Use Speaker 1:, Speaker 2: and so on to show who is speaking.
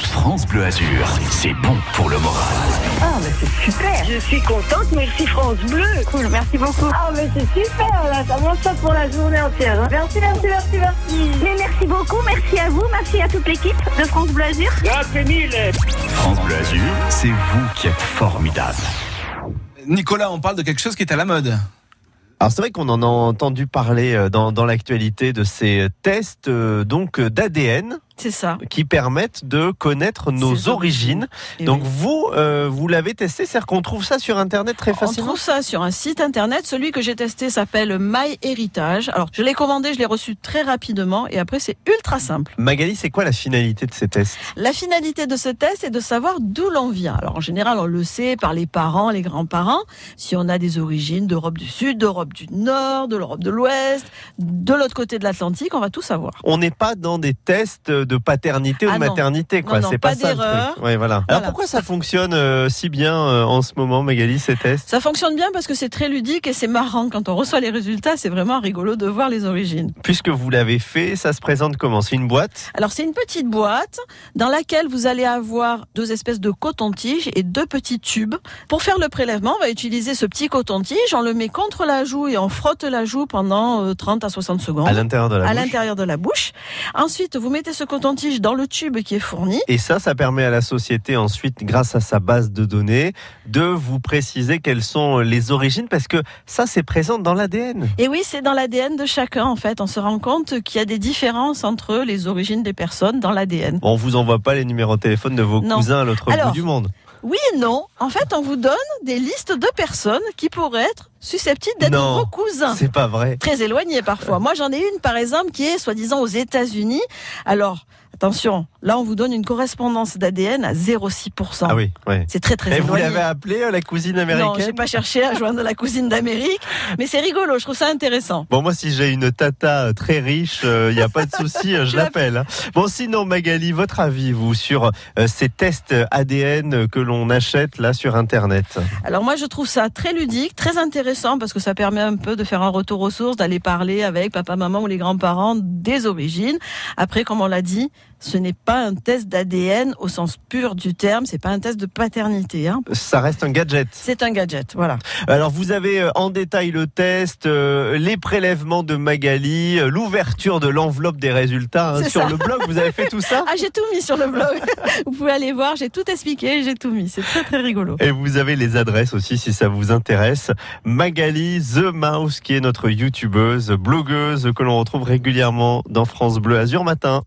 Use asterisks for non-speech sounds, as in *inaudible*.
Speaker 1: France Bleu Azur, c'est bon pour le moral.
Speaker 2: Ah, mais c'est super Je suis contente, merci France Bleu Cool, merci beaucoup Ah, mais c'est super, là, ça mange ça pour la journée entière hein. Merci, merci, merci, merci
Speaker 3: Mais merci beaucoup, merci à vous, merci à toute l'équipe de France Bleu Azur.
Speaker 2: Grazie mille
Speaker 1: France Bleu Azur, c'est vous qui êtes formidable.
Speaker 4: Nicolas, on parle de quelque chose qui est à la mode.
Speaker 5: Alors c'est vrai qu'on en a entendu parler euh, dans, dans l'actualité de ces tests euh, donc euh, d'ADN
Speaker 6: C'est ça.
Speaker 5: qui permettent de connaître nos
Speaker 6: Ses
Speaker 5: origines.
Speaker 6: origines. Et
Speaker 5: Donc
Speaker 6: oui.
Speaker 5: vous, euh, vous l'avez testé, c'est-à-dire qu'on trouve ça sur Internet très
Speaker 6: on
Speaker 5: facilement
Speaker 6: trouve ça sur un site internet. Celui que j'ai testé s'appelle My Héritage. Alors, je l'ai commandé, je l'ai reçu très rapidement et après, c'est ultra simple.
Speaker 5: Magali, c'est quoi la finalité de ces tests
Speaker 6: La finalité de ce test est de savoir d'où l'on vient. Alors, en général, on le sait par les parents, les grands-parents, si on a des origines d'Europe du Sud, d'Europe du Nord, de l'Europe de l'Ouest, de l'autre côté de l'Atlantique, on va tout savoir.
Speaker 5: On n'est pas dans des tests de paternité ou
Speaker 6: Ah
Speaker 5: de
Speaker 6: non.
Speaker 5: maternité, quoi.
Speaker 6: Non, non,
Speaker 5: c'est pas,
Speaker 6: pas
Speaker 5: ça le
Speaker 6: d'erreur.
Speaker 5: truc. Ouais, voilà. Alors
Speaker 6: Voilà.
Speaker 5: pourquoi ça fonctionne euh, si bien euh, en ce moment, Magali, ces tests
Speaker 6: Ça fonctionne bien parce que c'est très ludique et c'est marrant. Quand on reçoit les résultats, c'est vraiment rigolo de voir les origines.
Speaker 5: Puisque vous l'avez fait, ça se présente comment C'est une boîte
Speaker 6: Alors c'est une petite boîte dans laquelle vous allez avoir deux espèces de coton-tige et deux petits tubes. Pour faire le prélèvement, on va utiliser ce petit coton-tige, on le met contre la joue et on frotte la joue pendant euh, 30 à 60 secondes
Speaker 5: à l'intérieur de la
Speaker 6: à
Speaker 5: bouche.
Speaker 6: l'intérieur de la bouche. Ensuite, vous mettez ce coton-tige dans le tube qui est fourni.
Speaker 5: Et ça, ça permet à la société ensuite, grâce à sa base de données, de vous préciser quelles sont les origines, parce que ça, c'est présent dans l'ADN.
Speaker 6: Et oui, c'est dans l'ADN de chacun en fait. On se rend compte qu'il y a des différences entre les origines des personnes dans l'ADN.
Speaker 5: On vous envoie pas les numéros de téléphone de vos
Speaker 6: Non.
Speaker 5: cousins à l'autre bout
Speaker 6: Alors,
Speaker 5: du monde.
Speaker 6: Oui et non. En fait, on vous donne des listes de personnes qui pourraient être susceptibles d'être
Speaker 5: Non.
Speaker 6: vos cousins.
Speaker 5: C'est pas vrai.
Speaker 6: très éloignés parfois. Moi, j'en ai une, par exemple, qui est soi-disant aux États-Unis. Alors, attention, là, on vous donne une correspondance d'ADN à 0,6%.
Speaker 5: Ah oui, ouais.
Speaker 6: C'est très, très
Speaker 5: Et vous
Speaker 6: éloigné.
Speaker 5: l'avez appelée euh, la cousine
Speaker 6: non, j'ai
Speaker 5: américaine
Speaker 6: pas cherché à joindre la cousine d'Amérique, mais c'est rigolo, je trouve ça intéressant.
Speaker 5: Bon, moi, si j'ai une tata euh, très riche, il n'y a pas de souci,
Speaker 6: *laughs*
Speaker 5: euh, je l'appelle. hein. Bon, sinon, Magali, votre avis, vous, sur euh, ces tests ADN que l'on achète là sur Internet
Speaker 6: Alors moi, je trouve ça très ludique, très intéressant, parce que ça permet un peu de faire un retour aux sources, d'aller parler avec papa, maman ou les grands-parents des origines. Après, comme on l'a dit, ce n'est pas un test d'ADN au sens pur du terme, c'est pas un test de paternité. hein.
Speaker 5: Ça reste un gadget.
Speaker 6: C'est un gadget, voilà.
Speaker 5: Alors vous avez euh, en détail le test, euh, les prélèvements de Magali, euh, l'ouverture de l'enveloppe des résultats hein,
Speaker 6: C'est
Speaker 5: sur
Speaker 6: ça.
Speaker 5: le blog. Vous avez fait tout
Speaker 6: *laughs*
Speaker 5: ça
Speaker 6: Ah, j'ai tout mis sur le blog. *laughs* Vous pouvez aller voir, j'ai tout expliqué, j'ai tout mis. C'est très très rigolo.
Speaker 5: et vous avez les adresses aussi si ça vous intéresse. Magali The Mouse qui est notre youtubeuse, blogueuse que l'on retrouve régulièrement dans France Bleu Azur Matin.